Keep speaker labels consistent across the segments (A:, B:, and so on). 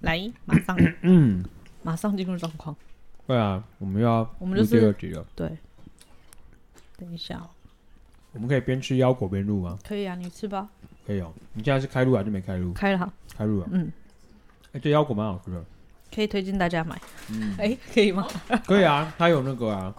A: 来，马上，
B: 嗯
A: 马上进入状况。
B: 对啊，我们又要
A: 我们就
B: 录第
A: 是
B: 二集了。
A: 对，等一下、哦，
B: 我们可以边吃腰果边录吗？
A: 可以啊，你吃吧。
B: 可以哦。你现在是开录还是没开录？
A: 开了哈，
B: 开录了。
A: 嗯，
B: 哎、这腰果蛮好吃 的。
A: 可以推荐大家买。
B: 嗯，
A: 哎、可以吗？
B: 可以啊，它有那个 啊，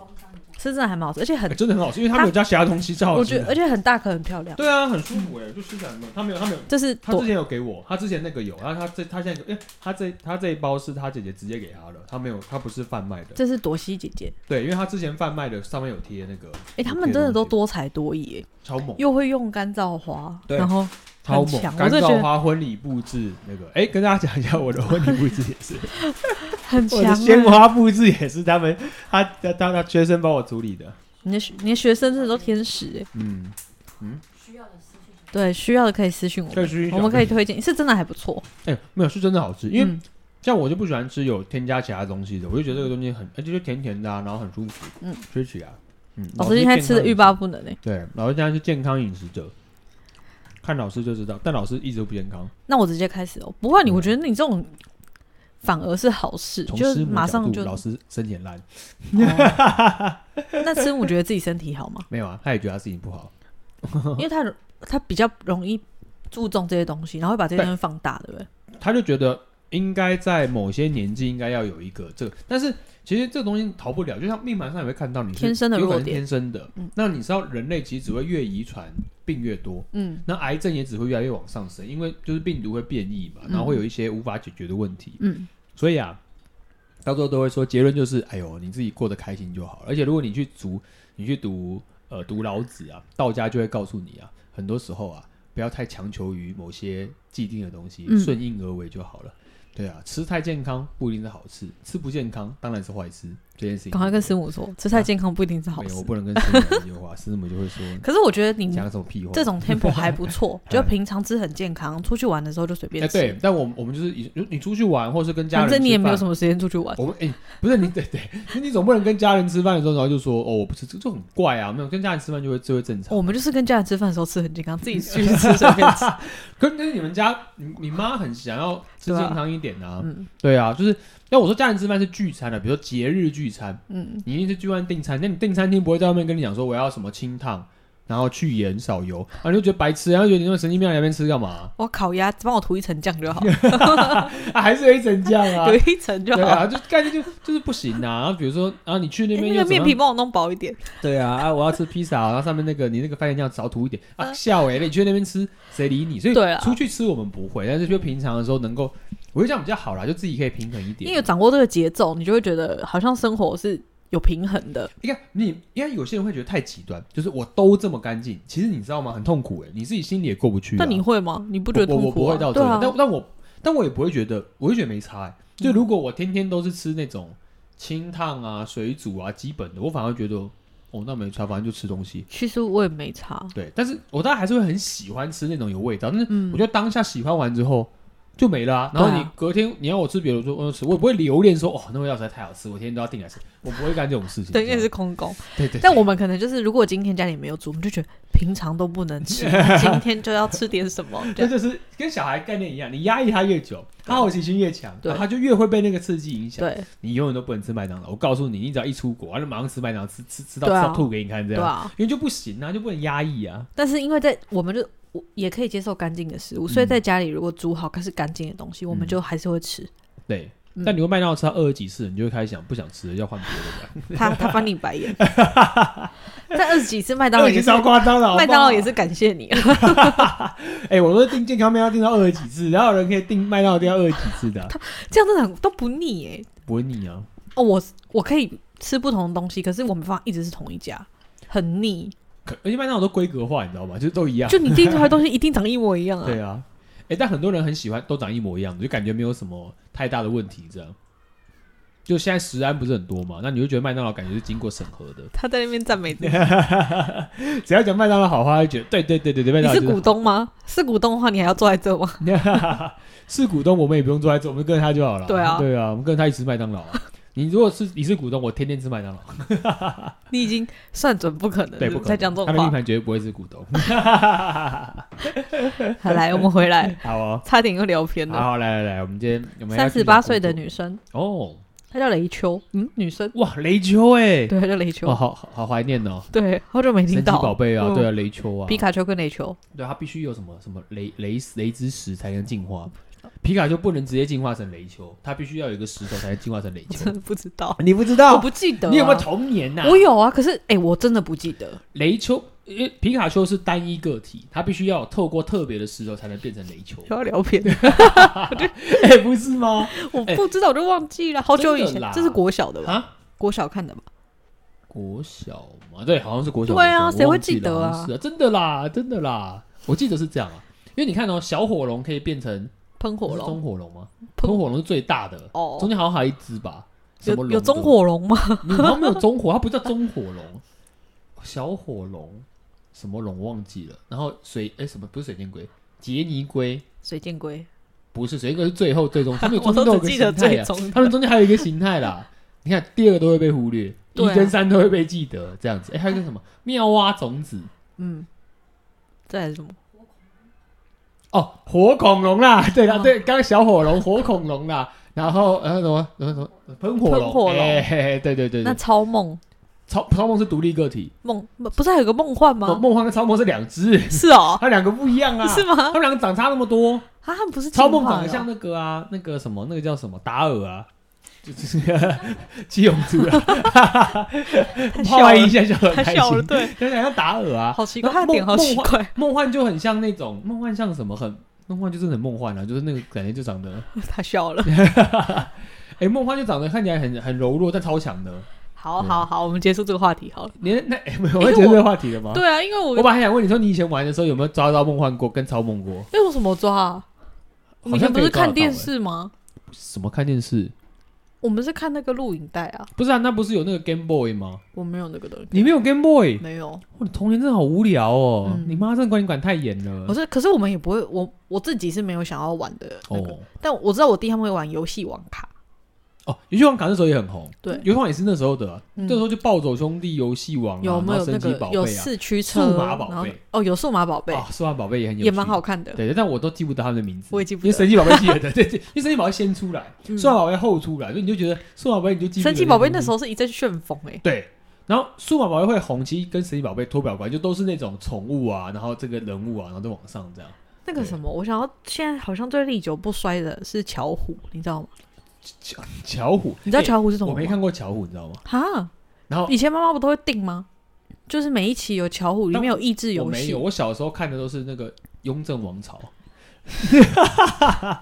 A: 吃真的还蛮好吃，而且很
B: 哎，真的很好吃，因为它没有加其他东西，超好
A: 我
B: 吃
A: 觉
B: 的
A: 得，而且很大颗，很漂亮。
B: 对啊，很舒服哎、就吃起来没有，它没有，它没有。
A: 这是
B: 他之
A: 朵，
B: 前有给我，他之前那个有，然后他这他现在，哎、他这他这一包是他姐姐直接给他的，他没有，他不是贩卖的，
A: 这是朵西姐姐。
B: 对，因为他之前贩卖的上面有贴那个，
A: 哎、他们真的都多才多艺耶，
B: 超猛，
A: 又会用干燥花，
B: 对
A: 然后
B: 超
A: 很
B: 猛，
A: 强
B: 干
A: 我真的觉
B: 燥
A: 得
B: 花婚礼布置那个，哎、跟大家讲一下我的婚礼布置也是，
A: 很
B: 我
A: 强
B: 的
A: 哎。
B: 鲜花布置也是他们，他他他他学生帮我处理的，
A: 你的学你的学生真的都天使哎。
B: 嗯，
A: 对，需要的可以私信我
B: 可以私讯
A: 们，
B: 小
A: 我们可以
B: 妹
A: 推荐，是真的还不错。
B: 哎、没有是真的好吃，因为。
A: 嗯
B: 像我就不喜欢吃有添加其他东西的，我就觉得这个东西很，而且就甜甜的、啊，然后很舒服，
A: 嗯，
B: 吃起来，嗯，
A: 老师现在吃的欲
B: 欲
A: 罢不能哎。
B: 对，老师现在是健康饮食者，看老师就知道，但老师一直都不健康。
A: 那我直接开始哦。不会，你
B: 嗯
A: 我觉得你这种反而是好事，
B: 从
A: 就是
B: 师母
A: 马
B: 角
A: 上
B: 度，
A: 就。
B: 老师身体很烂，
A: 哦那师母觉得自己身体好 吗？
B: 没有啊，他也觉得他自己不好。
A: 因为他他比较容易注重这些东西，然后会把这些东西放大，对不对？
B: 他就觉得应该在某些年纪应该要有一个这个，但是其实这个东西逃不了，就像命盘上也会看到你是
A: 天生的
B: 有可能
A: 弱点
B: 天生的。
A: 嗯
B: 那你知道人类其实只会越遗传病越多，
A: 嗯
B: 那癌症也只会越来越往上升，因为就是病毒会变异嘛，
A: 嗯
B: 然后会有一些无法解决的问题。
A: 嗯，
B: 所以啊，到最后都会说结论就是，哎呦，你自己过得开心就好了。而且如果你去读，你去读呃读老子啊，道家就会告诉你啊，很多时候啊，不要太强求于某些既定的东西，
A: 嗯
B: 顺应而为就好了。对啊，吃太健康不一定是好事，吃不健康当然是坏事。这件事情
A: 赶快跟师母说，吃太健康不一定是好
B: 没有，我
A: 事。
B: 不能跟师母讲这句话， 师母就会说
A: 可是我觉得你
B: 讲什么屁话。
A: 这种 tempo 还不错， 就平常吃很健康，出去玩的时候就随便
B: 哎，
A: 吃。
B: 对，但我们我们就是以你出去玩，或是跟家
A: 反
B: 人吃饭，
A: 正你也没有什么时间出去玩。
B: 我们哎、不是你 对对，你总不能跟家人吃饭的时候，然后就说哦我不吃这个，就很怪啊。没有跟家人吃饭就会就会正常。
A: 我们就是跟家人吃饭的时候吃很健康，自己去吃随便 吃。
B: 可是但是你们家你你妈很想要吃健康一点啊，
A: 嗯
B: 对啊，就是那我说家人吃饭是聚餐的，比如说节日聚餐，
A: 嗯，
B: 你一定是聚餐订餐，那你订餐厅不会在外面跟你讲说我要什么清汤，然后去盐少油，啊你就觉得白痴，然后觉得你那么神经病在那边吃干嘛？
A: 我烤鸭帮我涂一层酱就好，
B: 啊还是有一层酱啊
A: 有。一层就
B: 对
A: 好。
B: 啊，就概念就就是不行啊。然后比如说，然后你去那
A: 哎
B: 边
A: 那
B: 又
A: 个
B: 怎么
A: 面
B: 样
A: 皮帮我弄薄一点，
B: 对啊，啊，我要吃披萨，然后上面那个你那个番茄酱少涂一点啊，
A: 呃
B: 笑哎、欸，你去那边吃谁理你？所以
A: 对啊
B: 出去吃我们不会，但是就平常的时候能够，我觉得这样比较好啦，就自己可以平衡一
A: 你
B: 点。
A: 有掌握这个节奏，你就会觉得好像生活是有平衡的。
B: 你看你，因为有些人会觉得太极端，就是我都这么干净，其实你知道吗？很痛苦哎、你自己心里也过不去、啊。
A: 但你会吗？你不
B: 不
A: 觉得
B: 我我
A: 痛
B: 不
A: 苦
B: 会
A: 啊？
B: 到这
A: 对
B: 个，
A: 啊，嗯
B: 但但我但我也不会觉得，我就觉得没差、欸。就如果我天天都是吃那种清烫啊、水煮啊、基本的，我反而觉得哦，那没差，反正就吃东西。
A: 其实我也没差。
B: 对，但是我当然还是会很喜欢吃那种有味道，但是
A: 嗯
B: 我觉得当下喜欢完之后就没了、啊。
A: 对
B: 然
A: 啊
B: 后你隔天你要我吃别的，我说我要吃，我也不会留恋说哦，那味道实在太好吃，我天天都要订来吃，我不会干这种事情。
A: 等于
B: 你知
A: 是
B: 道吗
A: 空工，
B: 对对
A: 但我们可能就是，如果今天家里没有煮，我们就觉得平常都不能 吃，那今天就要吃点什么。这样
B: 这就是跟小孩概念一样，你压抑他越久，他好奇心越强，
A: 对
B: 然后他就越会被那个刺激影响。
A: 对
B: 你永远都不能吃麦当劳，我告诉你，你只要一出国，他就马上吃麦当劳，吃吃吃到吃
A: 对啊
B: 到吐给你看，这
A: 对
B: 样，
A: 啊，
B: 因为就不行啊，就不能压抑啊。
A: 但是因为在我们就我也可以接受干净的食物，所以
B: 嗯
A: 在家里如果煮好但是干净的东西，我们
B: 嗯
A: 就还是会吃。
B: 对，
A: 嗯
B: 但你会麦当劳吃到饿了几次，你就会开始想不想吃了，要换别的了。
A: 他他翻你白 眼，但二十几次麦当劳
B: 已
A: 也
B: 经
A: 是
B: 超夸张了，好不好
A: 麦当劳也 是感谢你啊，
B: 哎、我都订健康面要订到二十几次，然后有人可以订麦当劳订到二十几次的啊，
A: 这样真的很都不腻哎、
B: 不会腻啊。
A: 哦，我我可以吃不同的东西，可是我没办法一直是同一家，很腻。
B: 可而且麦当劳都规格化，你知道吗？就是都一样。
A: 就你订出来的东西一定长一模一样啊。
B: 啊对啊，哎、但很多人很喜欢都长一模一样的，就感觉没有什么太大的问题。这样，就现在食安不是很多嘛，那你就觉得麦当劳感觉是经过审核的。
A: 他在那边赞美自己，
B: 只要讲麦当劳好话，就觉得对对对对对，麦
A: 你
B: 当劳
A: 是
B: 就是
A: 股东吗？是股东的话，你还要坐在这吗？
B: 是股东，我们也不用坐在这，我们跟着他就好了。
A: 对啊
B: 对啊，我们跟着他一起吃麦当劳啊、你如果是你是股东，我天天吃麦当劳，
A: 你已经算准不可能，
B: 对，不可能。
A: 才嗯讲这
B: 他
A: 种
B: 们硬
A: 话。
B: 盘绝对不会是股 东。
A: 好， 来，我们回来，
B: 好哦，
A: 差点又聊偏
B: 好
A: 了。
B: 好，来来来，我们今天我们要
A: 三
B: 去
A: 十
B: 讲
A: 八
B: 工
A: 岁的
B: 作
A: 女生，
B: 哦，
A: 她叫雷秋，嗯，女生，
B: 哇，雷秋哎，
A: 对，她叫雷秋
B: 哦，，好好好怀念哦，
A: 对，好久没
B: 神
A: 听
B: 奇宝
A: 到。
B: 贝啊，
A: 嗯
B: 对啊，雷秋啊，
A: 皮卡丘跟雷球，
B: 对，它必须有什么什么雷雷雷之石才能进化，皮卡丘不能直接进化成雷丘，它必须要有一个石头才能进化成雷
A: 我
B: 丘
A: 真。的不知道，
B: 你不知
A: 我
B: 道？
A: 不记得啊。
B: 哦你有没有童年呐、
A: 我有啊，可是哎，我真的不记得。。
B: 雷丘，因为皮卡丘是单一个体，它必须要透过特别的石头才能变成雷丘
A: 又要聊偏，
B: 哎、不是吗？
A: 我不知道，我就忘记了，好久以
B: 哎真的
A: 前
B: 啦，
A: 这是国小的吧？
B: 啊，
A: 国小看的吧？
B: 国小嘛，对，好像是国小。
A: 对啊
B: 国中
A: 谁
B: 我
A: 会
B: 忘记
A: 记得
B: 了
A: 啊
B: 好像是啊，真的啦，真的啦，我记得是这样啊。因为你看哦，小火龙可以变成
A: 喷火
B: 是中
A: 龙
B: 火龙吗？
A: 喷
B: 中火龙是最大的，
A: 哦
B: 中间好像还有一只吧？什么
A: 有
B: 龙
A: 有
B: 的
A: 中火龙吗？
B: 你好像没有中火，它不叫中火 龙，小火龙，什么龙忘记了。然后水哎、什么不是水箭龟，杰尼龟
A: 水箭龟，
B: 不是水箭龟是最后最终，他们有
A: 我
B: 中间都有
A: 都
B: 个
A: 只记得
B: 形态
A: 最
B: 啊，
A: 终
B: 他们中间还有一个形态 啦。你看第二个都会被忽略，一
A: 对啊
B: 跟三都会被记得这样子。哎、还有一个什么妙蛙种子
A: 嗯，这还是什么？
B: 哦，火恐龙啦， 对啦，
A: 哦
B: 对，刚刚小火龙火恐龙啦，然后呃什么什么什么喷火龙，
A: 喷火龙
B: 哎嘿嘿对对对
A: 那
B: 对，
A: 超梦
B: 超超梦是独立个体，
A: 梦不不是还有个梦幻
B: 梦
A: 吗？
B: 梦幻跟超梦是两只。
A: 是哦，
B: 它两个不一样 啊，
A: 是吗
B: 他？们两个长差那么多，
A: 啊，他们不是
B: 超
A: 进
B: 梦
A: 化
B: 长得
A: 了
B: 像那个啊，那个什么，那个叫什么达 尔啊，就是 七龙珠啊，
A: 他
B: 泡
A: 笑
B: 完一
A: 了，
B: 下就很
A: 他
B: 开
A: 笑了，
B: 心，
A: 对，
B: 有点像达尔啊。
A: 好奇怪，
B: 那
A: 他的点
B: 梦
A: 好奇
B: 梦
A: 怪，
B: 梦幻就很像那种梦幻，像什么很梦幻就是很梦幻啊，就是那个感觉就长得，
A: 他笑了。
B: 哎，梦幻就长得看起来很很柔弱，但超强的。
A: 好
B: 对
A: 好好，我们结束这个话题好了。
B: 你那哎，我们结束这个话题了吗？
A: 对啊，因为我
B: 我本来还想问你说，你以前玩的时候有没有抓到梦幻过跟超梦过？
A: 因为我什么抓啊？我们以
B: 好像
A: 前不
B: 可以
A: 是
B: 抓得到
A: 看电
B: 欸
A: 视吗？
B: 什么看电视？
A: 我们是看那个录影带啊，
B: 不是啊，那不是有那个 Game Boy 吗？
A: 我没有那个东西，
B: 你没有 Game Boy？
A: 没有。
B: 我的童年真的好无聊哦，
A: 嗯
B: 你妈真的管你管太严了。
A: 我是，可是我们也不会，我我自己是没有想要玩的那个，
B: 哦
A: 但我知道我弟他们会玩游戏网卡，
B: 哦，游戏王卡那时候也很红，
A: 对
B: 游戏王也是那时候的啊，
A: 嗯
B: 那时候就暴走兄弟、游戏王啊，
A: 有没
B: 然
A: 有那
B: 后神奇
A: 个
B: 宝
A: 有
B: 贝啊，
A: 四驱车，
B: 数码宝贝
A: 然后哦，有数码宝贝
B: 啊，数码宝贝也很有趣
A: 也蛮。好看的，
B: 对，但我都记不得他们的名字，
A: 我也记不
B: 因为
A: 得。
B: 神奇宝贝记 得的，对对，因为神奇宝贝先出来，
A: 嗯
B: 数码宝贝后出来，所以你就觉得数码宝贝你就记不得
A: 神奇宝贝那时
B: 候
A: 候是一阵旋风哎，
B: 对，然后数码宝贝会红，其实跟神奇宝贝脱不了关系，就都是那种宠物啊，然后这个人物啊，然后再往上这样。
A: 那个
B: 对
A: 什么，我想要现在好像最历久不衰的是巧虎，你知道吗？
B: 巧巧虎，
A: 你知道
B: 哎
A: 巧虎是什么
B: 我没
A: 吗？
B: 看过巧虎，你知道吗？
A: 哈，
B: 然后
A: 以前妈妈不都会订吗？就是每一期有巧虎，里面有益智
B: 我
A: 游
B: 没
A: 戏
B: 有，，我小时候看的都是那个《雍正王朝》。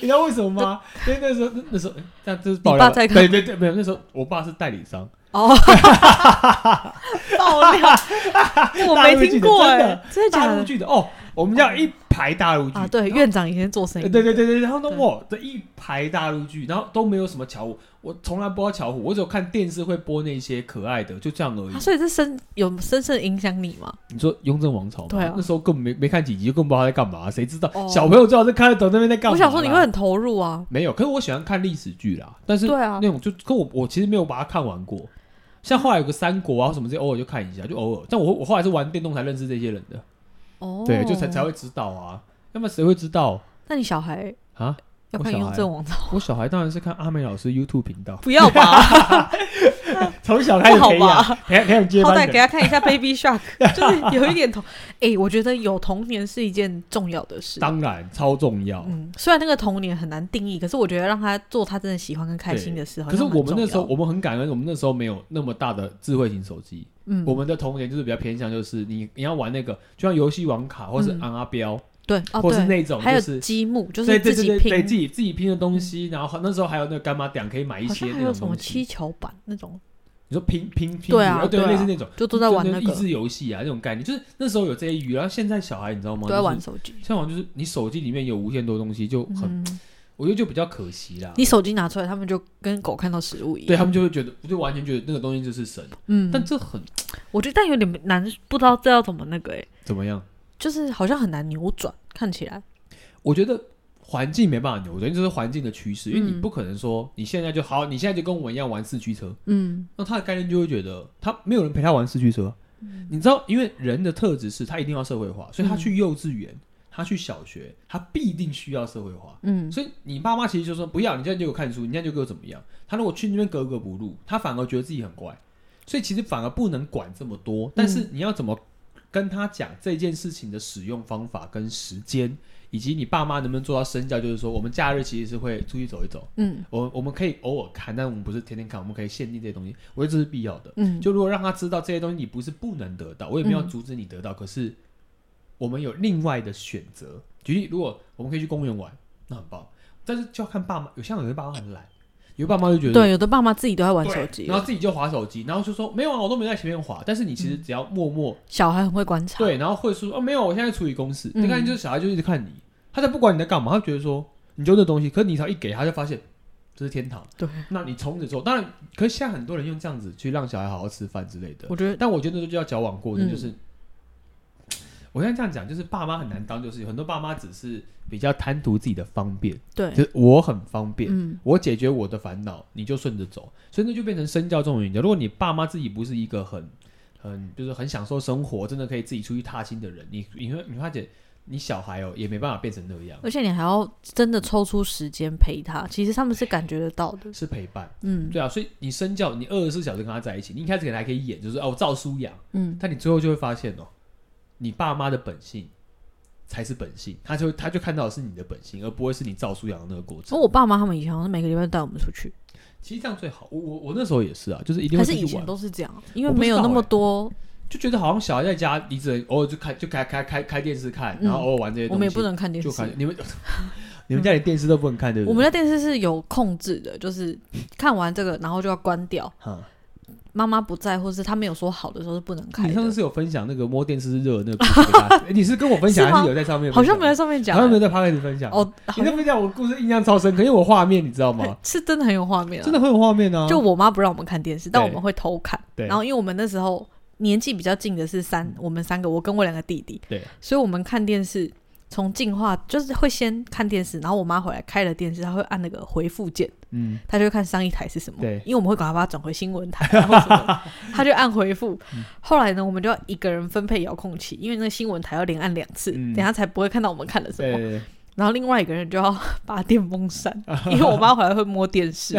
B: 你知道为什么吗？因为那时候那那时候，诶这样就是爆料
A: 你爸在看
B: 对对对，没有那时候我爸是代理商，
A: 哦， 爆料， 我没听过
B: 大陆剧的
A: 哎，真的
B: 真的
A: 假
B: 大陆
A: 的？
B: 剧的哦，我们家有一排大陆剧
A: 啊，对，
B: 然后
A: 院长以前做生意，
B: 对对对对，然后呢，
A: 对
B: 哇，这一排大陆剧，然后都没有什么巧虎，我从来不知道巧虎，我只有看电视会播那些可爱的，就这样而已
A: 啊，。所以这深有深深影响你吗？
B: 你说《雍正王朝》吗？
A: 对啊
B: 那时候根本没没看几集，就根本不知道他在干嘛，谁知道？
A: 哦
B: 小朋友最好是看得懂那边在干
A: 我
B: 嘛啦。
A: 想说你会很投入啊，
B: 没有，可是我喜欢看历史剧啦，但是
A: 对啊
B: 那，种就可我我其实没有把它看完过。像后来有个三国啊什么这些，偶尔就看一下，就偶尔。但我我后来是玩电动才认识这些人的，
A: 哦，
B: 对，就才才。会知道啊。要么谁会知道
A: 那你小孩
B: 啊？
A: 要
B: 我
A: 看
B: 小
A: 《雍
B: 孩
A: 正王朝》？
B: 我小孩当然是看阿美老师 YouTube 频道，
A: 不要 吧，
B: 从小开始培
A: 不好
B: 养培养培养接
A: 好
B: 班
A: 歹给
B: 人。
A: 他看一下 Baby Shark，就是有一点童。哎、我觉得有童年是一件重要的事。
B: 当然超重要。
A: 嗯，虽然那个童年很难定义，可是我觉得让他做他真的喜欢跟开心的事，好
B: 可是
A: 像
B: 我
A: 蛮
B: 们
A: 重
B: 那时候
A: 要，
B: 我们很感恩，我们那时候没有那么大的智慧型手机，
A: 嗯，
B: 我们的童年就是比较偏向就是你你要玩那个，就像游戏王卡或是
A: 嗯
B: 昂阿标，
A: 对，哦
B: 或是
A: 对，
B: 那种
A: 还有
B: 就是
A: 积木，就
B: 对
A: 是
B: 对
A: 自己
B: 对
A: 拼，
B: 对，自己自己拼的东西，然后那时候还有那个干妈店可以买一
A: 好
B: 些
A: 像还
B: 那
A: 有
B: 种
A: 什么
B: 东
A: 七
B: 西。
A: 巧板那种，
B: 你说拼拼拼图，
A: 对啊
B: 哦对，
A: 对啊
B: 类似那种，
A: 就都在玩那
B: 就
A: 个
B: 益，智游戏啊，那种概念，就是那时候有这些鱼，然后现在小孩你知道吗？
A: 都在玩
B: 就是。
A: 手机。
B: 像我就是你手机里面有无限多东西，就很、
A: 嗯，
B: 我觉得就比较可惜啦。
A: 你手机拿出来，他们就跟狗看到食物一
B: 对
A: 样。
B: 他们就会觉得，就完全觉得那个东西就是神，
A: 嗯，
B: 但这很
A: 我觉得但有点难，不知道这要怎么那个哎、
B: 怎么样？
A: 就是好像很难扭转，看起来。
B: 我觉得环境没办法扭转，这是环境的趋势，因为你
A: 嗯
B: 不可能说你现在就好，你现在就跟我一样玩四驱车，
A: 嗯
B: 那他的概念就会觉得他没有人陪他玩四驱车。
A: 嗯
B: 你知道，因为人的特质是他一定要社会化，所以他去幼稚园，他去小学，他必定需要社会化。
A: 嗯
B: 所以你爸妈其实就说不要，你现在就给我看书，你现在就给我怎么样？他如果去那边格格不入，他反而觉得自己很怪，所以其实反而不能管这么多。但
A: 嗯
B: 是你要怎么跟他讲这件事情的使用方法跟时间，以及你爸妈能不能做到身教，就是说我们假日其实是会出去走一走，
A: 嗯
B: 我我们可以偶尔看，但我们不是天天看，我们可以限定这些东西，我觉得这是必要的。
A: 嗯，
B: 就如果让他知道这些东西你不是不能得到，我也没有
A: 嗯
B: 阻止你得到，可是我们有另外的选择。举例，如果我们可以去公园玩，那很棒，但是就要看爸妈，有像有些爸妈很懒，有些爸妈就觉得
A: 对，有的爸妈自己都在玩
B: 对
A: 手机
B: 然
A: 了，
B: 后自己就划手机，然后就说没有啊，我都没在前面划。但是你其
A: 嗯
B: 实只要默默、
A: 小孩很会观察，
B: 对，然后会说哦没有，我现在处理公事。
A: 嗯
B: 你看，就是小孩就一直看你，他才不管你在干嘛，他觉得说你就这东西，可是你只要一给他，就发现这是天堂。
A: 对，
B: 那你从此之后，当然，可是现在很多人用这样子去让小孩好好吃饭之类的，
A: 我觉得
B: 但我觉得这就叫矫枉过正，
A: 嗯
B: 就是、我现在这样讲，就是爸妈很难当，就是很多爸妈只是比较贪图自己的方便，
A: 对
B: 就，是我很方便，
A: 嗯
B: 我解决我的烦恼，你就顺着走，所以那就变成身教这种原则。如果你爸妈自己不是一个很很就是很享受生活，真的可以自己出去踏青的人，你你会你会发现你小孩哦也没办法变成那样，
A: 而且你还要真的抽出时间陪他，其实他们是感觉得到的，
B: 是陪伴。
A: 嗯
B: 对啊，所以你身教，你二十四小时跟他在一起，你一开始可能还可以演，就是哦照书养，
A: 嗯
B: 但你最后就会发现哦，你爸妈的本性才是本性，他就他就看到的是你的本性，而不会是你照书养的那个过
A: 那
B: 程。
A: 我爸妈他们以前好像是每个礼拜都带我们出去，
B: 其实这样最好。我我我那时候也是啊，就是一定
A: 还
B: 会
A: 是
B: 出
A: 以
B: 去
A: 前
B: 玩，
A: 都是这样，因为
B: 我不知
A: 没有那
B: 道
A: 么
B: 欸
A: 多，
B: 就觉得好像小孩在家，你只能偶尔就开就开开开开电视看，
A: 嗯
B: 然后偶尔玩这些东
A: 我
B: 西。
A: 们也不能看电视
B: 就，看你们 你们家里电视都不能看，对不对？
A: 我们在电视是有控制的，就是看完这个然后就要关掉，
B: 哈，
A: 妈妈不在或是他没有说好的时候是不能开
B: 你上次
A: 的，
B: 是有分享那个摸电视是热的那个故事给 大家，诶哎你是跟我分享
A: 是
B: 还是
A: 吗
B: 有在上面分享？
A: 好像没有在上面讲
B: 好像没
A: 欸，
B: 有在 p o d 分享。
A: 哦，
B: 你
A: 好
B: 那
A: 像哎
B: 分享我故事印象超深刻，因为我画面你知道吗？
A: 是真的很有画面啊，
B: 真的很有画面啊！
A: 就我妈不让我们看电视，但
B: 对
A: 我们会偷看。
B: 对
A: 然后因为我们那时候年纪比较近的是三，我们三个，我跟我两个弟弟，
B: 对，
A: 所以我们看电视从进化就是会先看电视，然后我妈回来开了电视，她会按那个回复键，
B: 嗯，
A: 她就会看上一台是什么。
B: 对
A: 因为我们会赶快把它转回新闻台， 然后什么的，她就按回复。
B: 嗯
A: 后来呢，我们就要一个人分配遥控器，因为那个新闻台要连按两次，
B: 嗯
A: 等一下才不会看到我们看了什么
B: 对。对对，
A: 然后另外一个人就要拔电风 扇，因为我妈回来会摸电视，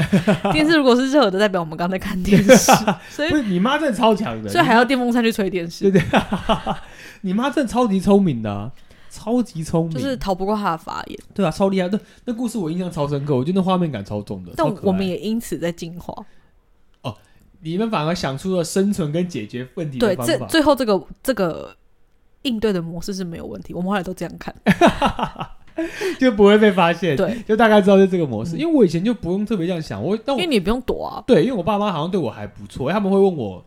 A: 电视如果是热的，代表我们刚才看电 视，所以
B: 不是你妈真的超强的，
A: 所以还要电风扇去吹电视，
B: 对你妈真的超级聪明的啊、超级聪明，
A: 就是逃不过她的法眼。
B: 对啊，超厉害。那那故事我印象超深刻，我觉得那画面感超重的。
A: 但
B: 超可爱
A: 我们也因此在进化。
B: 你们反而想出了生存跟解决问题
A: 对
B: 的，方
A: 这
B: 法。
A: 最后这个这个应对的模式是没有问题，我们后来都这样看。
B: 就不会被发现，
A: 对，
B: 就大概知道是这个模式。
A: 嗯
B: 因为我以前就不用特别这样想，我但
A: 因
B: 我
A: 为你也不用躲啊。
B: 对，因为我爸妈好像对我还不错，他们会问我，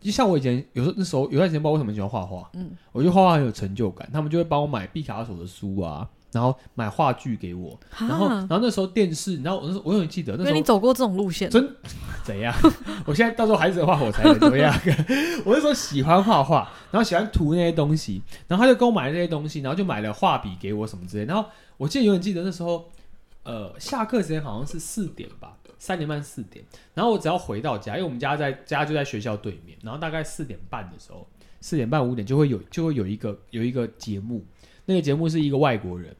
B: 就像我以前有时候那时候有段时间不知道为什么很喜欢画画，
A: 嗯
B: 我觉得画画很有成就感，他们就会帮我买毕卡索的书啊，然后买话剧给我，然后、
A: 啊
B: 然，后那时候电视，然后我那时候我永远记得那
A: 因
B: 时
A: 为
B: 候
A: 你走过这种路线，
B: 真怎样？ 我现在到时候孩子的话，我才能怎么样？ 我那时候喜欢画画，然后喜欢涂那些东西，然后他就给我买了这些东西，然后就买了画笔给我什么之类。然后我记得永远记得那时候，呃，下课时间好像是四点吧，三点半四点。然后我只要回到家，因为我们家在家就在学校对面，然后大概四点半的时候，四点半五点就会有就会有一个有一个节目，那个节目是一个外国人，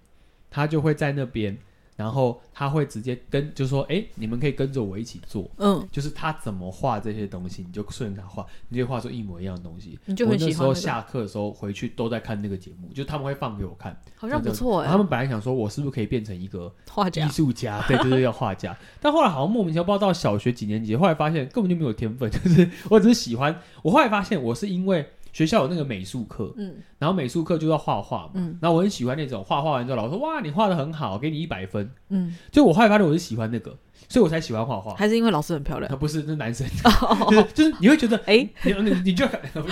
B: 他就会在那边。然后他会直接跟，就说：“哎，你们可以跟着我一起做。”
A: 嗯，
B: 就是他怎么画这些东西，你就顺着他画，你就会画出一模一样的东西。
A: 你就
B: 我
A: 很
B: 那
A: 喜
B: 时
A: 欢
B: 候
A: 那个，
B: 下课的时候回去都在看那个节目，就他们会放给我看，
A: 好像不错
B: 然后
A: 哎
B: 他，们本来想说我是不是可以变成一个
A: 画
B: 艺
A: 家。
B: 术家， 对，就是要画家。但后来好像莫名其妙，不知道到小学几年级，后来发现根本就没有天分， 就是我只是喜欢。我后来发现我是因为学校有那个美术课，
A: 嗯
B: 然后美术课就要画画嘛，
A: 嗯
B: 然后我很喜欢那种画画完之后，老师说哇你画的很好，给你一百分。
A: 嗯，
B: 就我后来发现我是喜欢那个，所以我才喜欢画画。
A: 还是因为老师很漂亮。
B: 他不是，那男生。
A: 哦
B: 就是就是你会觉得，
A: 哎，
B: 你你你就 不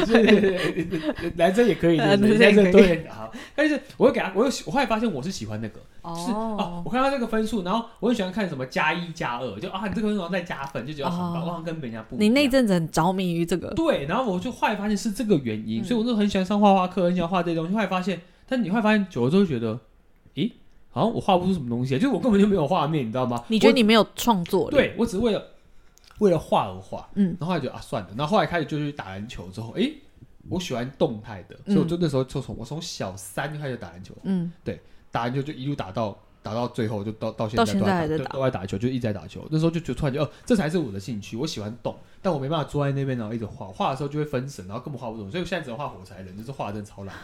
B: 是男生也可以，
A: 呃
B: 对不对
A: 男生
B: 男生
A: 也
B: 都
A: 可以
B: 也好，但是我会给他，我有我后来发现我是喜欢那个，就是哦，
A: 哦
B: 我看到这个分数，然后我很喜欢看什么加一加二，就啊你这个分数好像再加分，就觉得很棒，
A: 哦
B: 我好像跟别人家不一样。
A: 你那阵子很着迷于这个，
B: 对，然后我就后来发现是这个原因，
A: 嗯
B: 所以我就很喜欢上画画课，很喜欢画这些东西。后来发现，但你会发现久了之后觉得，咦，好像我画不出什么东西，就是我根本就没有画面，你知道吗？
A: 你觉得
B: 我
A: 你没有创作力？，
B: 对我只是为了为了画而画，
A: 嗯，
B: 然后后来就啊算了，然后后来开始就去打篮球之后，诶，我喜欢动态的，所以我就那时候就从我从小三就开始打篮球，
A: 嗯，
B: 打篮球就一路打到打到最后，就到到现
A: 到
B: 在
A: 现
B: 都
A: 在还在
B: 打
A: 打
B: 都在打球，就一直在打球。那时候就觉得突然就哦，这才是我的兴趣，我喜欢动，但我没办法坐在那边然后一直画，画的时候就会分神，然后根本画不懂，所以我现在只能画火柴人，就是画的真的超烂，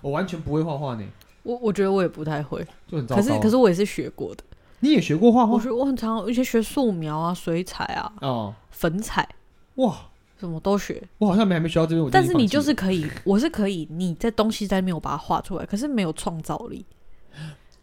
B: 我完全不会画画呢，
A: 我我觉得我也不太会，
B: 就很糟糕。哦
A: 可是可是我也是学过的，
B: 你也学过画
A: 我
B: 画
A: 学我很常，而且学素描啊、水彩啊、
B: 哦，
A: 粉彩
B: 哇，
A: 什么都学，
B: 我好像没还没学到这边，我已经
A: 但是你
B: 放弃
A: 就
B: 了
A: 是可以，我是可以，你在东西在那边我把它画出来，可是没有创造力。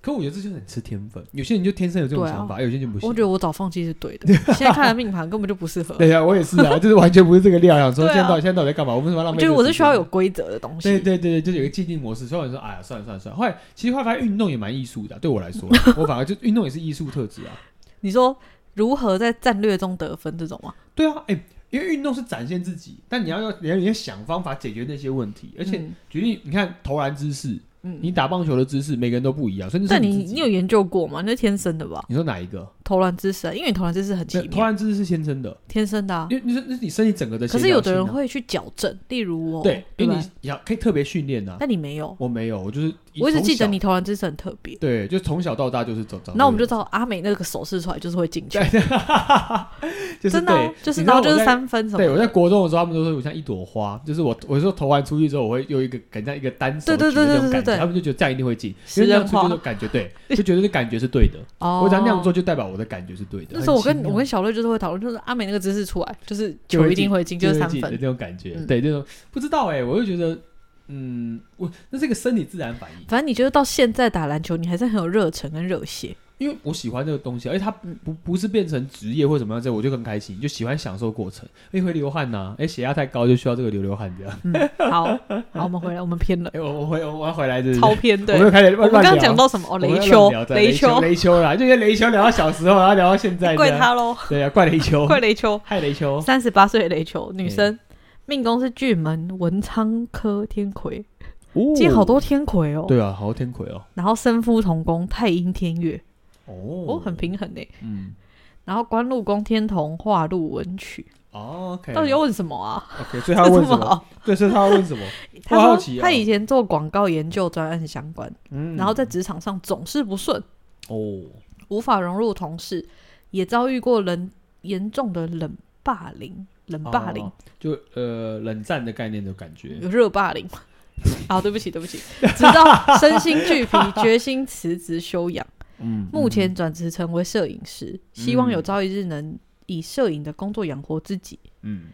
B: 可我觉得这就很吃天分，有些人就天生有这种
A: 对啊
B: 想法，有些人就不行。
A: 我觉得我早放弃是对的，现在看来命盘根本就不适合。
B: 对呀、我也是 啊，就是完全不是这个料。想说
A: 对啊
B: 现在到底、现在到底在干嘛？我为什么要浪
A: 我
B: 费
A: 觉
B: 这
A: 得
B: 个时间？
A: 我是需要有规则的东西。
B: 对对对对，就是有一个既定模式。所以我说，哎呀，算了算了算了。后来其实后来发现运动也蛮艺术的啊、对我来说，我反而就运动也是艺术特质啊。
A: 你说如何在战略中得分这种吗？
B: 对啊，哎、因为运动是展现自己，但你要要你要你要想方法解决那些问题。而且
A: 嗯
B: 举例，你看投篮姿势，
A: 嗯
B: 你打棒球的姿势，每个人都不一样，所以那是
A: 但你
B: 自己
A: 你有研究过吗？那是天生的吧？
B: 你说哪一个？
A: 投篮姿势啊，因为你投篮姿势很奇
B: 那投
A: 妙，
B: 篮姿势是天生的，
A: 天生的啊。
B: 因为你说那是你身体整个的协
A: 可
B: 调性啊、
A: 是有的人会去矫正，例如我，
B: 对，因为
A: 吧
B: 你要可以特别训练呐。
A: 但你没有。
B: 我没有，我就是
A: 我一直
B: 从
A: 记得
B: 小
A: 你投篮姿势很特别，
B: 对，就从小到大就是走走。
A: 那我们就知道阿美那个手势出来就是会进球，
B: 就是
A: 真的啊
B: 对
A: 就是
B: 你知
A: 然
B: 道
A: 后就
B: 我
A: 是
B: 在
A: 三分什么
B: 对，我在
A: 的。
B: 国中的时候，他们都说我像一朵花，就是我，我说投完出去之后，我会用一个感觉一个单手
A: 对对
B: 举的
A: 对
B: 那种
A: 对对
B: 感
A: 对
B: 觉，
A: 对
B: 他们就觉得这样一定会进，
A: 食
B: 因为这样
A: 人
B: 出去
A: 花
B: 就感觉对，就觉得这感觉是对 的。
A: 哦
B: 我只要那样做，就代表我的感觉是对的。
A: 那时候我
B: 很
A: 跟
B: 奇妙
A: 我跟小乐就是会讨论，就是阿美那个姿势出来，就是
B: 就
A: 球
B: 会
A: 一定
B: 进
A: 会进，就是
B: 会
A: 三
B: 进的
A: 分。
B: 那种感觉，
A: 嗯
B: 对，那种不知道哎，我就觉得，嗯，我那是一个生理自然反应，
A: 反正你就是到现在打篮球，你还是很有热忱跟热血。
B: 因为我喜欢这个东西，
A: 嗯
B: 而且它不不是变成职业或怎么样，这我就更开心，就喜欢享受过程。哎，会流汗呐、哎，血压太高就需要这个流流汗这样。
A: 嗯， 好，好，我们回来，我们偏了，
B: 哎，我我回我要回来就是
A: 超偏。
B: 我
A: 对，
B: 们又开始
A: 我们
B: 乱
A: 刚
B: 乱
A: 刚
B: 聊了
A: 讲到什么？哦，
B: 我们又
A: 雷
B: 乱
A: 丘，
B: 聊对
A: 雷
B: 雷
A: 丘，
B: 雷丘啦，就跟雷丘聊到小时候，然后聊到 现在，哦
A: 怪
B: 这样，
A: 他喽，
B: 对啊，怪雷 丘，
A: 怪雷丘。
B: 害雷丘，
A: 三十八岁的雷球女生，命宫是巨门、文昌科天魁，
B: 哦
A: 今天好多天魁哦。
B: 对啊，好多天魁哦，
A: 然后身夫同宫太阴天月，
B: 哦，
A: 哦，很，平衡诶。
B: 嗯，
A: 然后官禄宫天同化禄文曲，
B: 哦，OK，
A: 到底要问什么啊？
B: OK，所以 他
A: 这
B: 要问
A: 这
B: 什
A: 么
B: 么？
A: 好？
B: 对，所以他要问什么？
A: 他
B: 我好
A: 说
B: 奇哦
A: 他以前做广告研究专案相关，
B: 嗯，
A: 然后在职场上总是不顺，
B: 哦，
A: 无法融入同事，也遭遇过人严重的冷霸凌，冷霸凌嗯
B: 哦，就呃冷战的概念的感觉，
A: 有热霸凌吗？啊，对不起，对不起，直到身心俱疲，决心辞职休养。
B: 嗯，
A: 目前转职成为摄影师，希望有朝一日能以摄影的工作养活自己。
B: 嗯，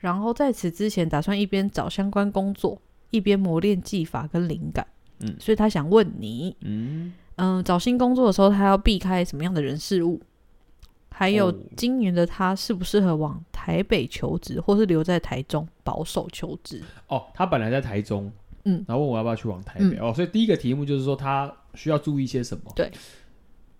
A: 然后在此之前，打算一边找相关工作，一边磨练技法跟灵感。
B: 嗯
A: 所以他想问你，
B: 嗯
A: 嗯，找新工作的时候，他要避开什么样的人事物？还有
B: 哦，
A: 今年的他适不适合往台北求职，或是留在台中保守求职？
B: 嗯，哦，他本来在台中，
A: 嗯，
B: 然后问我要不要去往台北，哦，所以第一个题目就是说他需要注意些什么？
A: 对。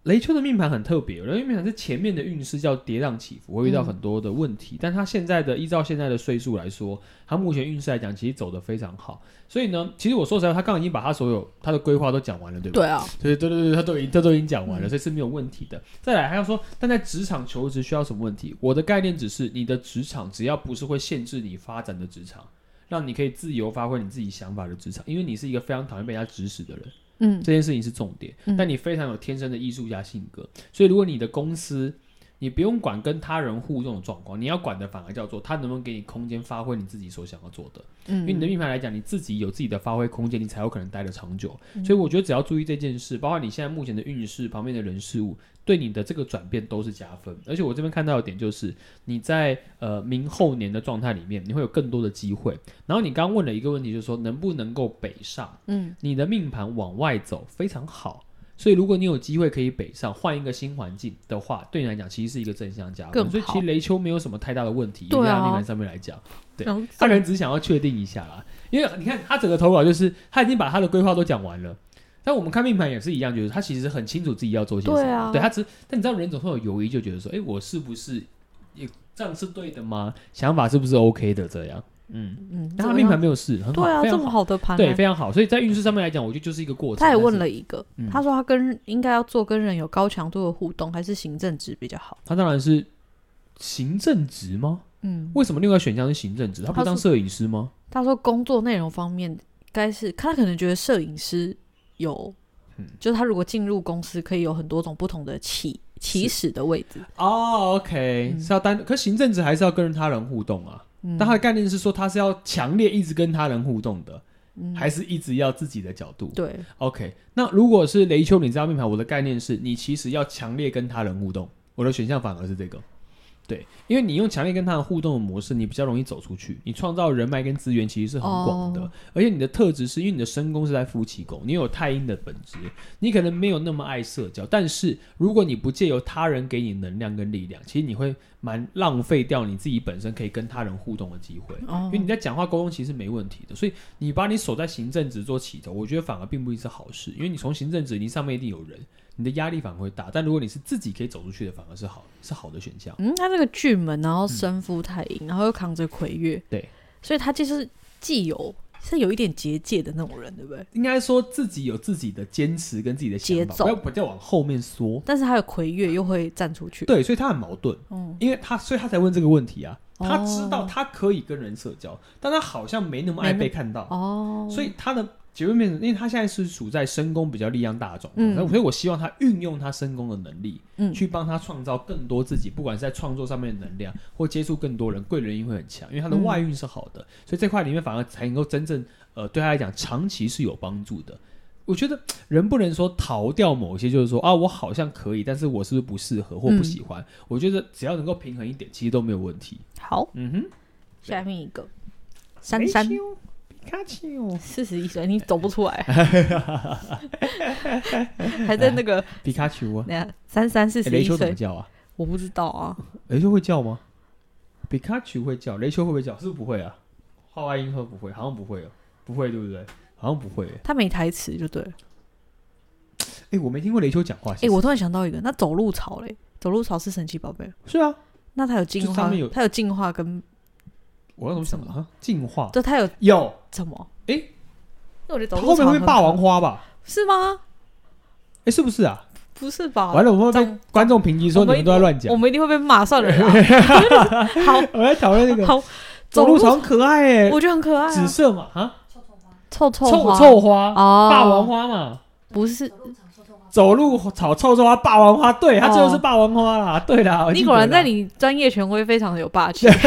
B: 雷丘的命盘很特别，雷丘命盘是前面的运势叫跌宕起伏，会遇到
A: 嗯
B: 很多的问题，但他现在的依照现在的岁数来说，他目前运势来讲其实走得非常好，所以呢，其实我说实在话，他刚刚已经把他所有他的规划都讲完了，对吧？
A: 对啊，
B: 对对对对，他都已经他都已经讲完
A: 嗯
B: 了，所以是没有问题的。再来还要说，但在职场求职需要什么问题？我的概念只是你的职场只要不是会限制你发展的职场，让你可以自由发挥你自己想法的职场，因为你是一个非常讨厌被人家指使的人，
A: 嗯，
B: 这件事情是重点。
A: 嗯
B: 但你非常有天生的艺术家性格，所以如果你的公司。你不用管跟他人互动的状况，你要管的反而叫做他能不能给你空间发挥你自己所想要做的。因为你的
A: 嗯，
B: 命盘来讲，你自己有自己的发挥空间，你才有可能待得长久。
A: 嗯
B: 所以我觉得只要注意这件事，包括你现在目前的运势、旁边的人事物，对你的这个转变都是加分。而且我这边看到的点就是，你在呃明后年的状态里面，你会有更多的机会。然后你刚刚问了一个问题，就是说能不能够北上？
A: 嗯，
B: 你的命盘往外走非常好。所以，如果你有机会可以北上，换一个新环境的话，对你来讲其实是一个正向加
A: 更
B: 分。所以，其
A: 好
B: 实雷丘没有什么太大的问题，
A: 对啊
B: 在他命盘上面来讲。对
A: 然后
B: 他可能只是想要确定一下啦，因为你看他整个投稿就是他已经把他的规划都讲完了，但我们看命盘也是一样，就是他其实很清楚自己要做些什么，
A: 对啊
B: 他只但你知道人总会有犹疑，就觉得说，哎、我是不是也这样是对的吗？想法是不是 OK 的这样？嗯，
A: 嗯，
B: 但他
A: 这
B: 命盘
A: 样
B: 没有事，很好，
A: 对啊，
B: 非
A: 这
B: 常
A: 么
B: 好，
A: 好的盘、
B: 对，非常好。所以在运势上面来讲，我觉得就是一个过程。
A: 他也
B: 但
A: 问
B: 是
A: 了一个，
B: 嗯
A: 他说他跟应该要做跟人有高强度的互动，还是行政职比较好？
B: 他当然是行政职吗？
A: 嗯，
B: 为什么另外一个选项是行政职？他不
A: 他
B: 是当
A: 是
B: 摄影师吗？
A: 他说工作内容方面，该是他可能觉得摄影师有，
B: 嗯
A: 就是他如果进入公司，可以有很多种不同的起起始的位置。
B: 哦，OK，
A: 嗯
B: 是要单，可行政职还是要跟他人互动啊。
A: 嗯，
B: 但他的概念是说，他是要强烈一直跟他人互动的，
A: 嗯
B: 还是一直要自己的角度？
A: 对，
B: OK，那如果是雷丘，你这张命盘，我的概念是你其实要强烈跟他人互动。我的选项反而是这个，对，因为你用强烈跟他人互动的模式，你比较容易走出去，你创造人脉跟资源其实是很广的，
A: 哦
B: 而且你的特质是因为你的身宫是在夫妻宫，你有太阴的本质，你可能没有那么爱社交，但是如果你不借由他人给你能量跟力量，其实你会蛮浪费掉你自己本身可以跟他人互动的机会。
A: 哦
B: 因为你在讲话沟通其实没问题的，所以你把你守在行政职做起头，我觉得反而并不是好事，因为你从行政职，你上面一定有人，你的压力反而会大。但如果你是自己可以走出去的，反而是好，是好的选项。
A: 嗯，他这个巨门，然
B: 嗯
A: 后身负太阴，然后又扛着魁月，
B: 对，
A: 所以他就是既有是有一点结界的那种人，对不对？
B: 应该说自己有自己的坚持跟自己的想法，
A: 节奏
B: 不要不要往后面缩。
A: 但是他的魁月又会站出去，
B: 对，所以他很矛盾，
A: 嗯，
B: 因为他所以他才问这个问题啊。
A: 哦
B: 他知道他可以跟人社交，但他好像没那么爱
A: 没那
B: 被看到。
A: 哦，
B: 所以他的结论变成，因为他现在是处在深宫比较力量大的状态，
A: 嗯
B: 那所以我希望他运用他深宫的能力，
A: 嗯
B: 去帮他创造更多自己，不管是在创作上面的能量，或接触更多人，贵人运会很强，因为他的
A: 嗯
B: 外运是好的，所以这块里面反而才能够真正呃对他来讲长期是有帮助的。我觉得嗯人不能说逃掉某些，就是说啊，我好像可以，但是我是不是不适合或不喜欢？
A: 嗯
B: 我觉得只要能够平衡一点，其实都没有问题。
A: 好，
B: 嗯哼，
A: 下面一个珊珊
B: 雷修，皮卡丘，
A: 四十一岁，你走不出 来， 还在那个
B: 皮卡丘啊！
A: 那样三三四
B: 欸
A: 十
B: 雷
A: 一
B: 丘怎
A: 岁，
B: 么叫啊？
A: 我不知道啊，
B: 雷丘会叫吗？皮卡丘会叫，雷丘会不会叫？是不是不会啊？画外音会不会？好像不会哦，不会对不对？好像不会耶。
A: 他没台词就对了。
B: 哎、我没听过雷丘讲话。
A: 哎、我突然想到一个，那走路草嘞，走路草是神奇宝贝，
B: 是啊，
A: 那它有进
B: 就上
A: 化
B: 面有，
A: 它有进化跟
B: 我刚怎么想的啊？进化
A: 就它有
B: 有，
A: 怎么？
B: 诶
A: 那我觉得
B: 它
A: 走
B: 后
A: 路
B: 面
A: 草
B: 会
A: 很
B: 霸
A: 可
B: 王花吧？
A: 是吗？
B: 哎、是不是啊？
A: 不是吧？
B: 完了，我们会
A: 长
B: 被观众评级说
A: 我
B: 你
A: 们
B: 们都在乱讲
A: 我。们一定会被骂算了啦。好
B: 我们在讨论 那个
A: 好，
B: 走
A: 走
B: 路
A: 路
B: 草很可爱哎、
A: 我觉得很可爱、
B: 紫
A: 啊，
B: 色嘛啊，
A: 臭臭
B: 臭
A: 花
B: 臭花、
A: 哦，
B: 霸王花嘛。
A: 不是
B: 走路草臭臭花、霸王花，对，它最后是
A: 哦
B: 霸王花啦，对啦。我
A: 你
B: 记
A: 果
B: 得
A: 然在
B: 啦
A: 你专业权威非常的有霸气。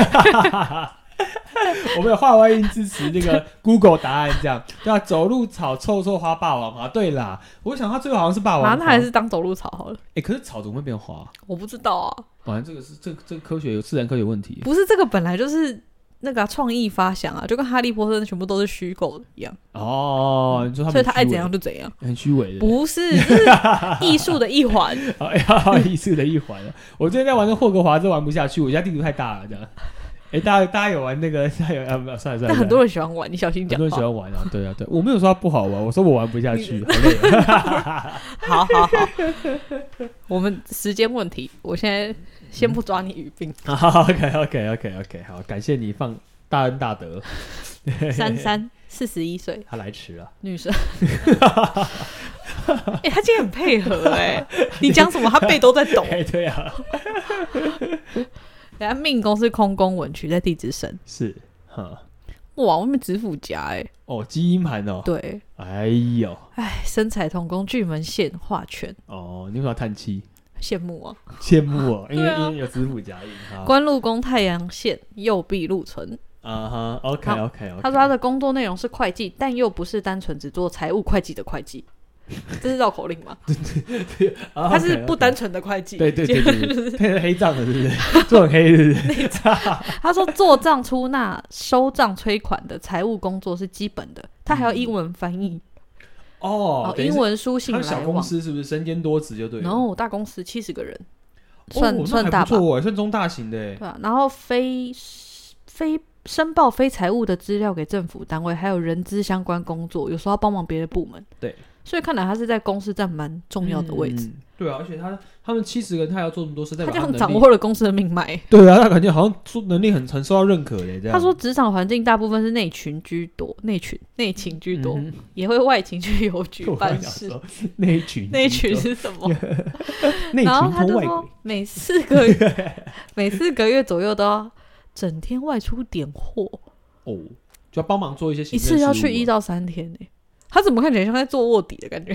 B: 我们有画外音支持那个 Google 答案，这样对啊，走路草臭臭花霸王花，对啦，我想他最后好像是 霸
A: 马
B: 王
A: 上
B: 花，
A: 还
B: 哎、
A: 是当走路草好了，
B: 可是草怎么会变花？
A: 我不知道啊，
B: 反正这个是这个这个科学有自然科学问题
A: 不是这个本来就是那个啊创、意发想啊，就跟哈利波特全部都是虚构的一样，
B: 哦。你说
A: 嗯
B: 他们
A: 所以他爱怎
B: 很虚伪
A: 样就怎样，
B: 很虚伪的，
A: 不是，这是艺术的一环。
B: 哎呀，艺术的一环了。我最近在玩那霍格华兹玩不下去，我家地图太大了，这样。 哎、大家大家有玩那个？ 大家有啊？不算了算了
A: 但
B: 算了，
A: 很多人喜欢玩，你小心
B: 很
A: 讲
B: 多人喜
A: 话。
B: 欢玩啊，对啊对，我没有说它不好玩，我说我玩不下 去，
A: 你
B: 好累啊。
A: 好好好，我们时间问题，我现在先不抓你语病。
B: 好，OK OK OK OK，好，感谢你放大恩大德，
A: 珊珊，四十一岁
B: 他来迟了，
A: 女生。 哎、欸，他今天很配合哎、你讲什么他背都在 抖。
B: 哎，对啊，
A: 人家命宫是空宫文曲，在地支神。
B: 是，哈，
A: 哇，外面指腹夹哎、
B: 哦，基因盘哦，
A: 对，
B: 哎呦，
A: 哎，身材同工巨门线画圈，
B: 哦，你为什么要叹气？
A: 羡慕啊！
B: 羡慕哦，因为
A: 对啊
B: 因为有子母夹印哈，
A: 官禄宫太阳线，右臂禄存。
B: 啊哈，OK
A: 好
B: OK OK，
A: 他说他的工作内容是会计，但又不是单纯只做财务会计的会计，这是绕口令吗？
B: 他
A: 他是不单纯的会计。
B: 哦对对对对对，对黑账的，是不是？做很黑，是不是？
A: 他说做账出纳、收账催款的财务工作是基本的，他还要英文翻译
B: 哦，等于
A: 英
B: 是
A: 文书信
B: 他们小
A: 来
B: 公
A: 往。
B: 司是不是身兼多职就对了？
A: 然
B: 哦
A: 后大公司七十个人，算
B: 那
A: 算
B: 还
A: 大
B: 不
A: 吧，
B: 错哦，算中大型的
A: 对
B: 耶，
A: 吧、然后非非申报非财务的资料给政府单位，还有人资相关工作，有时候要帮忙别的部门。
B: 对，
A: 所以看来他是在公司占蛮重要的位置。
B: 嗯对啊，而且他他们七十个人，他要做这么多事，代
A: 他
B: 表
A: 这样
B: 能
A: 掌
B: 力
A: 握了公司的命脉。
B: 对啊，他感觉好像做能力很很受到认可嘞。这样
A: 他说，职场环境大部分是内群居多，内群内情居多，
B: 嗯
A: 也会外勤去邮局
B: 我刚
A: 办
B: 想
A: 事。
B: 说内群
A: 内群
B: 居多
A: 是什么？
B: 内
A: 然后
B: 群
A: 他
B: 通
A: 就
B: 外
A: 说
B: 鬼，
A: 每四个月 每四个月左右都要整天外出点货，
B: 哦，就要帮忙做一些行
A: 一
B: 政
A: 次要
B: 事
A: 去
B: 务
A: 一
B: 啊
A: 到三天呢、他怎么看起来像在做卧底的感觉？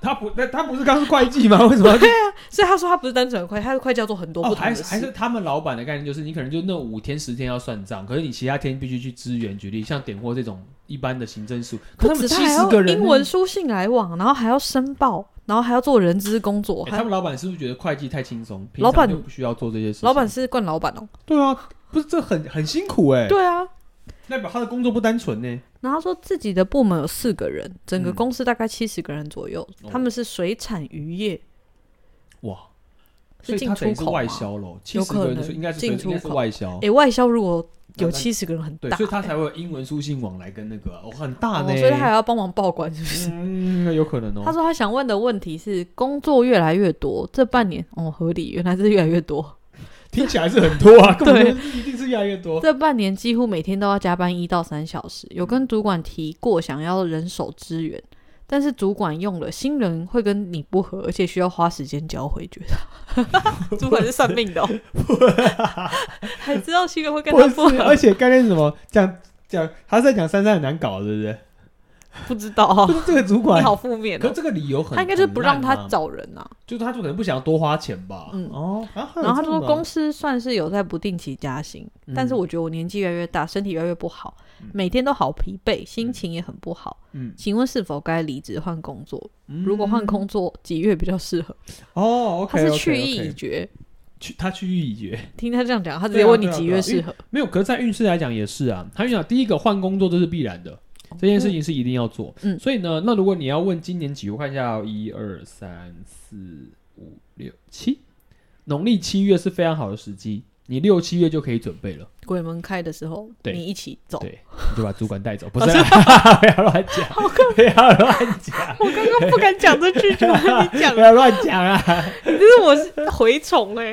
B: 他不那他不是刚是会计吗？为什么 要去？
A: 所以他说他不是单纯的会计，他是会计要做很多
B: 哦，
A: 不同
B: 还
A: 的
B: 是还
A: 事。
B: 是他们老板的概念就是你可能就那五天十天要算账，可是你其他天必须去支援。举例像点货这种一般的行政事务，可
A: 不
B: 他们
A: 止他
B: 七
A: 还
B: 十
A: 要
B: 个人呢，
A: 英文书信来往，然后还要申报，然后还要做人资工作，
B: 欸
A: 还
B: 他们老板是不是觉得会计太轻松，平
A: 老
B: 常
A: 板
B: 就不需要做这些事情？
A: 老板是惯老板哦、
B: 对啊，不是这很很辛苦哎、
A: 对啊，
B: 代表他的工作不单纯呢、
A: 然后他说自己的部门有四个人，整个
B: 嗯
A: 公司大概七十个人左右，
B: 哦
A: 他们是水产渔业，
B: 哇，
A: 是
B: 所以
A: 进
B: 他等
A: 出
B: 于是
A: 口
B: 外
A: 吗
B: 销喽，七
A: 有
B: 十个
A: 可
B: 人
A: 能
B: 是应该是
A: 进
B: 应该
A: 出
B: 是
A: 口
B: 外销，
A: 诶，外销如果有
B: 那那
A: 七十个人很大
B: 对，
A: 欸，
B: 所以他才会有英文书信往来跟那个啊、哦很大呢、
A: 哦，所以他还要帮忙报关，是不是？
B: 嗯，有可能哦。
A: 他说他想问的问题是，工作越来越多，这半年哦合理，原来是越来越多，
B: 听起来是很多啊，根
A: 对
B: 本就是一定是越来越多。
A: 这半年几乎每天都要加班一到三小时，有
B: 嗯
A: 跟主管提过想要人手支援。但是主管用了新人会跟你不合，而且需要花时间教回，觉得 主管是算命的、哦，还知道新人会跟他不
B: 不是，而哎
A: 合，
B: 且概念是什么讲讲，他是在讲珊珊很难搞，对不对？
A: 不知道、
B: 就
A: 哦，
B: 是这个主
A: 你
B: 管，
A: 好负面
B: 可
A: 哦。
B: 这个理由很，
A: 他应该就是
B: 很
A: 不让
B: 烂
A: 他
B: 啊，
A: 找人啊。
B: 就是他就可能不想要多花钱吧。
A: 嗯
B: 哦，啊还有
A: 然后他
B: 这
A: 说
B: 种啊
A: 公司算是有在不定期加薪，
B: 嗯
A: 但是我觉得我年纪越来越大，身体越来越不好，
B: 嗯
A: 每天都好疲惫，心情也很不好。
B: 嗯，
A: 请问是否该离职换工作？
B: 嗯
A: 如果换工作，几月比较适合？
B: 哦
A: 他
B: ，OK，
A: 是去意已决。
B: 去他去意已决，
A: 听他这样讲，他直
B: 对
A: 接
B: 啊
A: 问你
B: 对啊
A: 几
B: 对啊
A: 月适合。
B: 没有。可是，在运势来讲也是啊，他运讲第一个换工作这是必然的，啊这件事情是一定要做。
A: 嗯
B: 所以呢，那如果你要问今年几，我看一下哦，一二三四五六七，农历七月是非常好的时机，你六七月就可以准备了，
A: 鬼门开的时候，
B: 对
A: 你一起走。
B: 对，你就把主管带走，不是啊？ 不要乱讲，不要乱讲，
A: 我刚刚不敢讲这句，就跟你讲
B: 不，要乱讲啊！
A: 可是我是蛔虫哎，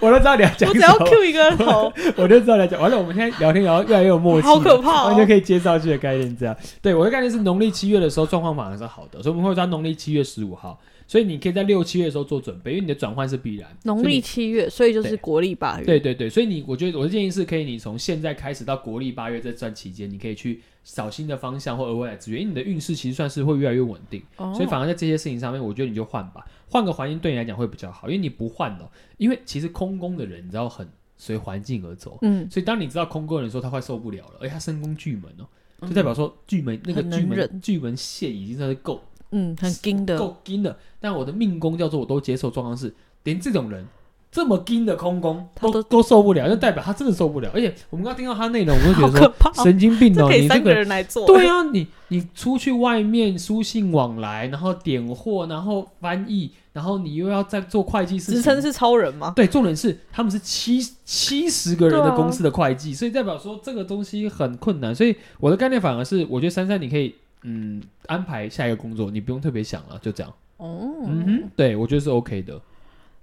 B: 我都知道你要讲
A: 我只
B: 什
A: 要
B: 么
A: Q 一个头，
B: 我就知道来讲，完了，我们现在聊天聊得越来越有默契了，
A: 好可怕哦
B: 完全可以接上去的概念。这样，对我的概念是农历七月的时候状况反而是好的，所以我们会抓农历七月十五号，所以你可以在六七月的时候做准备，因为你的转换是必然。
A: 农历七月，所以就是
B: 对
A: 国历八
B: 所
A: 月。
B: 以你对对对，所以你我觉得我的建议是可以，你从现在开始到国历八月这段期间，你可以去找新的方向或额外的资源，因为你的运势其实算是会越来越稳定。
A: 哦，
B: 所以反而在这些事情上面，我觉得你就换吧，换个环境对你来讲会比较好，因为你不换哦，因为其实空宫的人你知道很随环境而走，
A: 嗯，
B: 所以当你知道空宫人说他快受不了了，而且他深宫巨门哦、就代表说巨门那个
A: 很
B: 巨
A: 能
B: 门
A: 忍
B: 巨门线已经算是够
A: 嗯很硬的，
B: 够硬了。但我的命宫叫做我都接受，状况是连这种人这么硬的空宫
A: 他都
B: 都都受不了，就代表他真的受不了。而且我们刚刚听到他内容，我就
A: 好
B: 觉得
A: 可怕
B: 说
A: 哦。
B: 神经病
A: 这
B: 哦、
A: 可以
B: 你这
A: 三个
B: 个
A: 人来做。
B: 对啊，你你出去外面书信往来，然后点货，然后翻译，然后你又要再做会计事
A: 职
B: 情，
A: 称是超人吗？
B: 对，重点是他们是七七十个人
A: 对
B: 的
A: 啊
B: 公司的会计，所以代表说这个东西很困难。所以我的概念反而是，我觉得珊珊你可以嗯安排下一个工作，你不用特别想了，就这样。
A: 哦，
B: 嗯哼，对我觉得是 OK 的。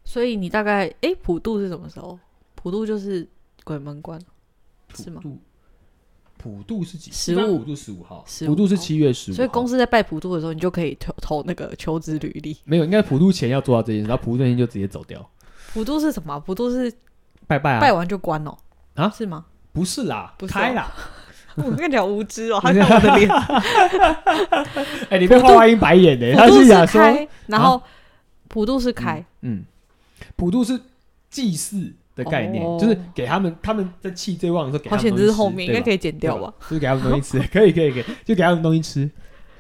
A: 所以你大概哎，普渡是什么时候？普渡就是鬼门关，是吗
B: 普渡普渡是几？
A: 15
B: 一般普渡十五号，
A: 15
B: 普渡是七月十五号。
A: 所以公
B: 司
A: 司在拜普渡的时候，你就可以投投那个求职履历。
B: 没有，应该普渡前要做到这件事，然后普渡那天就直接走掉，
A: 普渡是什么啊？普渡是
B: 拜拜啊！
A: 拜完就关哦，
B: 啊
A: 是吗？
B: 不是啦，
A: 不是哦
B: 开啦！
A: 我跟你讲无知 哦，他看我的脸，
B: 哎、你被画外音白眼呢、 他
A: 普渡
B: 是想
A: 是
B: 说，
A: 开，然后普渡是开，
B: 嗯，普渡是祭祀的概念，
A: 哦
B: 就是给他们他们在气最旺的时候给他
A: 好
B: 们
A: 险
B: 东西
A: 这是
B: 吃，
A: 后面，应该可
B: 以
A: 以剪掉吧？？
B: 就是给他们东西吃， 可以可以可以，就给他们东西吃。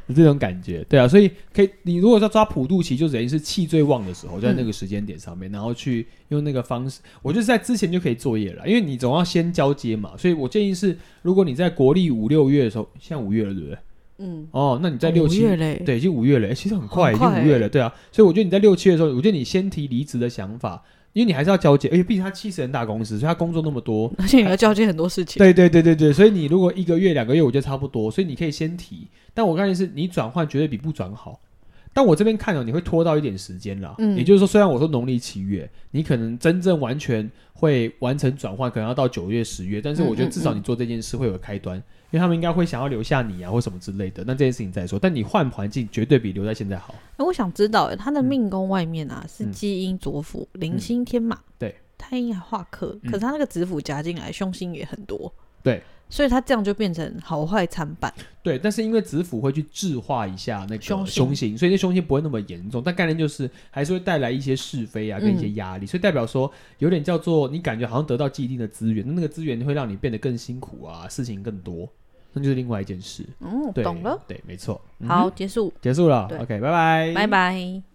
B: 有这种感觉，对啊，所以可以，你如果要抓普渡期，就等于是气最旺的时候，就在那个时间点上面，然后去用那个方式，我就是在之前就可以作业了，因为你总要先交接嘛，所以我建议是，如果你在国历五六月的时候，现在五月了，对不对？
A: 嗯，
B: 哦，那你在六
A: 五
B: 七
A: 月嘞，
B: 对，已经五月了，欸其实很快，
A: 很
B: 已经
A: 快
B: 五月
A: 欸
B: 了，对啊。所以我觉得你在六七的时候，我觉得你先提离职的想法，因为你还是要交接，而且毕竟他七十人大公司，所以他工作那么多。
A: 而且你要交接很多事情，
B: 对对对对对，所以你如果一个月两个月，我觉得差不多，所以你可以先提。但我感觉是你转换绝对比不转好。但我这边看哦，你会拖到一点时间啦。
A: 嗯
B: 也就是说，虽然我说农历七月，你可能真正完全会完成转换，可能要到九月、十月。但是我觉得
A: 嗯嗯
B: 至少你做这件事会有个开端，因为他们应该会想要留下你啊，或什么之类的。那这件事情再说，但你换环境绝对比留在现在好。
A: 哎，我想知道欸，他的命宫外面啊是
B: 嗯
A: 基因左辅、
B: 嗯
A: 零星天马，
B: 对，
A: 太阴还化克，
B: 嗯
A: 可是他那个子府夹进来，凶星也很多，
B: 对，
A: 所以他这样就变成好坏参半，
B: 对，但是因为子府会去质化一下那个
A: 凶
B: 凶
A: 星
B: 星，所以这凶星不会那么严重，但概念就是还是会带来一些是非
A: 嗯
B: 啊，跟一些压力，所以代表说有点叫做你感觉好像得到既定的资源，那个资源会让你变得更辛苦啊，事情更多，那就是另外一件事。
A: 嗯，
B: 对，
A: 懂了，，
B: 对，没错。嗯哼
A: 好，，结束，
B: 结束了
A: 对
B: ，OK，拜拜，
A: 拜。拜。